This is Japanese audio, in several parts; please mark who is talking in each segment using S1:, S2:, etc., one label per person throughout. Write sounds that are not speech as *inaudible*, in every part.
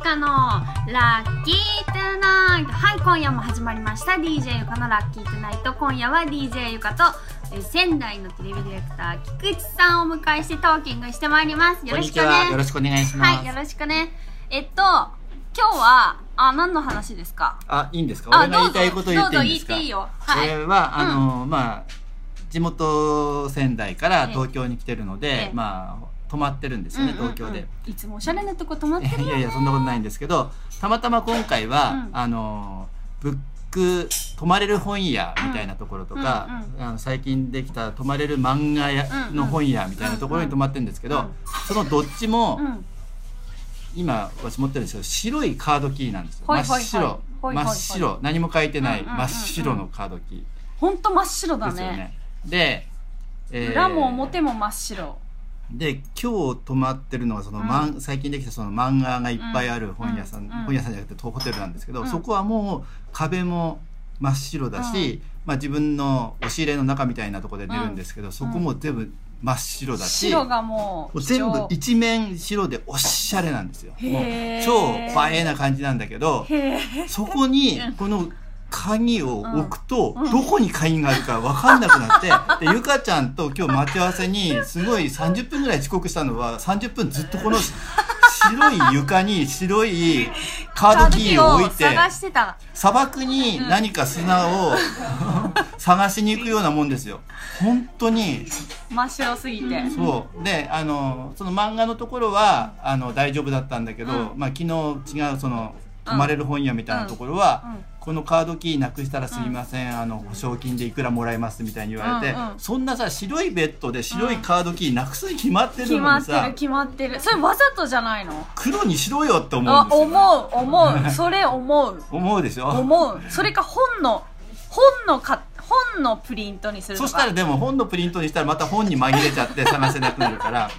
S1: かのラッキートゥナイトはい今夜も始まりました DJ ゆかのラッキートゥナイト今夜は DJ ゆかとえー仙台のテレビディレクター菊池さんをお迎えしてトーキングしてまいりますよ
S2: こん
S1: ろ
S2: に
S1: しく
S2: ち
S1: ね
S2: は。よろしくお願いします。
S1: はいよろしくねえっと今日はあ何の話ですか
S2: あ、いいんですか
S1: あ
S2: 俺が言いたいこと言っていいんです
S1: どうぞどうぞ言っ
S2: か
S1: ていいよは
S2: こ
S1: い
S2: れは、あの、まあ、地元仙台から東京に来てるの
S1: え
S2: で
S1: え、
S2: まあ、泊まってるんですよね、東京で。 *laughs*
S1: いつもおしゃれなとこ泊まってる
S2: い
S1: よ
S2: やいや、そんなことないんですけど、たまたま今回は、
S1: うん
S2: あの、ブック、泊まれる本屋みたいなところとか、
S1: う
S2: あの最近できた泊まれる漫画屋
S1: うんうん
S2: の本屋みたいなところに泊まってるんですけど、
S1: うん
S2: そのどっちも、
S1: うん
S2: 今私持ってるんですけど白いカードキーなんですよ、
S1: はいはいはい
S2: 真っ白
S1: はいはいはい
S2: 真っ白何も書いてない、
S1: うんうんうんうん
S2: 真っ白のカードキ
S1: ほんと真っ白
S2: ー
S1: だ
S2: ですよ
S1: ね
S2: ねで、えー
S1: 裏も表も真っ白
S2: で今日泊まってるのがその、マン最近できたその漫画がいっぱいある本屋さ
S1: う
S2: ん、
S1: んうん
S2: 本屋さんじゃなくてホテルなんですけど、
S1: うん
S2: そこはもう壁も真っ白だし、まあ、自分の押し入れの中みたいなところで寝るんですけど、そこも全部真っ白だし、
S1: 白がもう貴
S2: 全
S1: 重
S2: 部一面白でおしゃれなんですよ。もう
S1: へー
S2: 超映えな感じなんだけど、
S1: へえ
S2: そこに
S1: うん
S2: この鍵を置くと、
S1: うんうん
S2: どこに鍵があるか分かんなくなって、で、ゆかちゃんと今日待ち合わせに、すごい30分ぐらい遅刻したのは、30分ずっとこの白い床に白いカードキーを置いて、
S1: 探してた
S2: 砂漠に何か砂を *laughs* 探しに行くようなもんですよ。本当に
S1: 真っ白すぎて、
S2: そうであのその漫画のところはあの大丈夫だったんだけど、
S1: う
S2: まあ、昨日違うその泊まれる本屋みたいなところは、
S1: うんうん
S2: このカードキーなくしたらすいません、あの保証金でいくらもらえますみたいに言われて、
S1: うんうん
S2: そんなさ白いベッドで白いカードキーなくすに決まってる
S1: 決
S2: の
S1: ま
S2: に
S1: って
S2: さ
S1: る決まってるそれわざとじゃないの
S2: 黒にしろよって思うん
S1: あ
S2: ですよ、ね、
S1: 思う思うそれ思う
S2: 思うでしょ
S1: 思うそれか本の本のか本のプリントにすると
S2: そ
S1: か
S2: したらでも本のプリントにしたらまた本に紛れち
S1: *laughs*
S2: ゃって探せなくなるから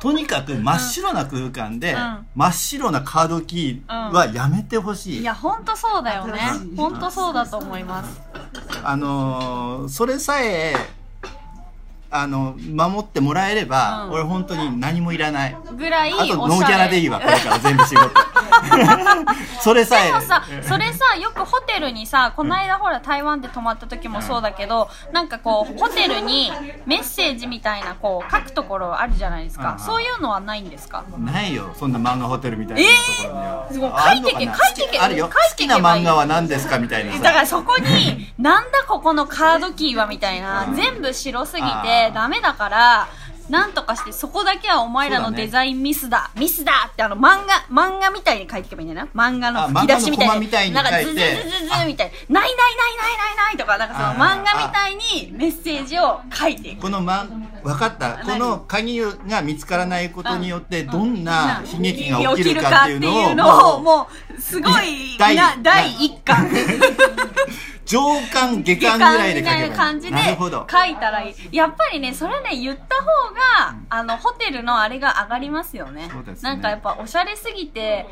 S2: とにかく真っ白な空間で、
S1: うん
S2: 真っ白なカードキーはやめてほしい、
S1: いや本当そうだよね
S2: 新しい
S1: 本当そうだと思います
S2: あのーそれさえあの守ってもらえれば、
S1: うん
S2: 俺本当に何もいらない
S1: ぐらいお
S2: あ
S1: しゃれ
S2: とノーキャラでいいわこれから全部
S1: *laughs*
S2: 仕事それさえ
S1: でもさ、それさ、よくホテルにさ、この間ほら台湾で泊まった時もそうだけど、なんかこう、ホテルにメッセージみたいなこう、書くところあるじゃないです
S2: うん
S1: か
S2: う。ん
S1: そういうのはないんですか
S2: ないよそんな漫画ホテルみたいなところには、
S1: えーすごい
S2: ああるのかな
S1: 書いてけ書いてけ
S2: あるよ
S1: 書いてけばいい
S2: 好きな漫画は何ですかみたいな
S1: だ
S2: さ
S1: からそこに、なんだここのカードキーはみたいな、全部白すぎてダメだから、なんとかして、そこだけはお前ら
S2: そう
S1: の
S2: だね
S1: デザインミスだ、ミスだってあの漫画、漫画みたいに書いていけばいいんだよな。漫画の吹き出しみたい
S2: あ漫画のコマ
S1: な。
S2: みたいに書
S1: ないん
S2: て
S1: かズズズズズみたいな。ないないないないないないとか、なんかその
S2: あ
S1: 漫画みたいにメッセージを書いていく。
S2: このま分かったこの鍵が見つからないことによってどんな悲劇が起きるかっていうのを
S1: のを、
S2: もう
S1: もう、すごい、
S2: 第
S1: な第1巻。
S2: 上巻下
S1: 時間
S2: 巻ぐらいで
S1: み
S2: 書
S1: た
S2: けばい
S1: い
S2: い
S1: な感じで
S2: なる
S1: 書
S2: ほど
S1: いたらいいやっぱりねそれね言った方が、あのホテルのあれが上がりますよね
S2: そうですね
S1: なんかやっぱおしゃれすぎて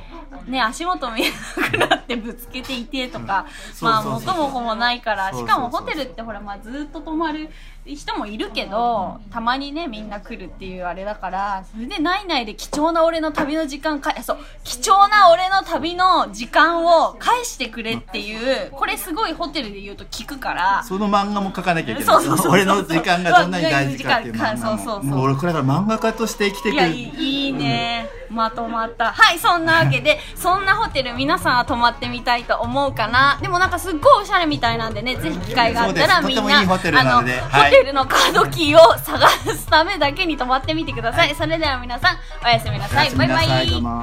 S1: ね足元見えなくなってぶつけていてとか、
S2: そう
S1: まあ
S2: そうそうそう
S1: 元も子もないから
S2: そう
S1: し
S2: そう
S1: か
S2: そう
S1: もホテルってほらまあずっと泊まる人もいるけどたまにねみんな来るっていうあれだからそれでないないで貴重な俺の旅の時間かそう貴重な俺の旅の時間を返してくれっていうこれすごいホテルで言うと聞くから
S2: その漫画も書かなきゃいけ
S1: そ
S2: な
S1: う
S2: い
S1: そうそう
S2: 俺の時間がどんなに大事かっていう
S1: そう
S2: 漫画も
S1: そうそうそう
S2: もう俺これから漫画家として生きてい
S1: い
S2: く
S1: やいいいいね、まとまったはいそんなわけで
S2: *laughs*
S1: そんなホテル皆さんは泊まってみたいと思うかなでもなんかすっごいおしゃれみたいなんでねぜひ機会があったら
S2: そ
S1: み
S2: うで
S1: んな
S2: すとてもいいホテルなので
S1: あの
S2: はい
S1: ホテルのカードキーを探すためだけに泊まってみてください、それでは皆さんおやすみな
S2: おや
S1: さい
S2: すみな
S1: バイバ
S2: さ
S1: イ
S2: いどうも